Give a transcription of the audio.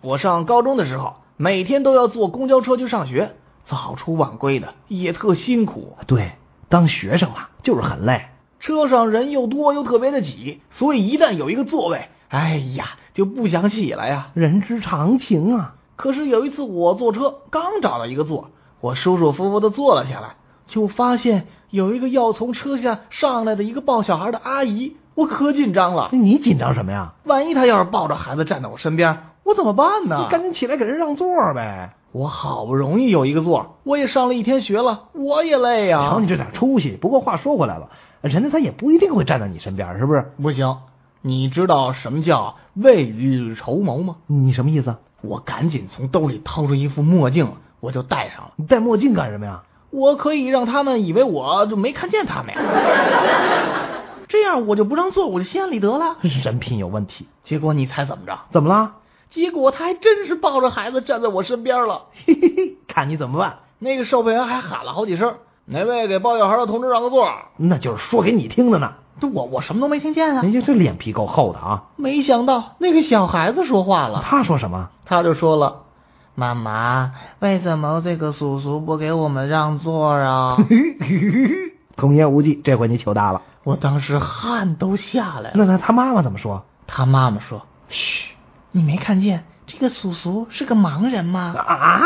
我上高中的时候，每天都要坐公交车去上学，早出晚归的，也特辛苦。啊对，当学生嘛，就是很累。车上人又多又特别的挤，所以一旦有一个座位，哎呀，就不想起来呀、人之常情啊。可是有一次我坐车，刚找到一个座，我舒舒服服的坐了下来，就发现有一个要从车下上来的一个抱小孩的阿姨，我可紧张了，哎你紧张什么呀？万一她要是抱着孩子站在我身边，我怎么办呢？你赶紧起来给人让座呗。我好不容易有一个座，我也上了一天学了，我也累啊呀、瞧你这点出息。不过话说回来了，人家他也不一定会站在你身边，是不是？不行，你知道什么叫未雨绸缪吗？你什么意思？我赶紧从兜里掏出一副墨镜，我就戴上了。你戴墨镜干什么呀？ 我可以让他们以为我就没看见他们呀，这样我就不让座，我就心安理得了。人品有问题。结果你猜怎么着？怎么啦？结果他还真是抱着孩子站在我身边了。嘿嘿嘿，看你怎么办。那个售票员还喊了好几声：“哪位给抱小孩的同志让个座儿那就是说给你听的呢。？”这我我什么都没听见啊人！家这脸皮够厚的啊。没想到那个小孩子说话了。他说什么？ 他就说了：“妈妈，为什么这个叔叔不给我们让座啊 童言无忌，这回你糗大了。？”我当时汗都下来了。那他他妈妈怎么说？他妈妈说：“嘘，你没看见这个叔叔是个盲人吗？啊？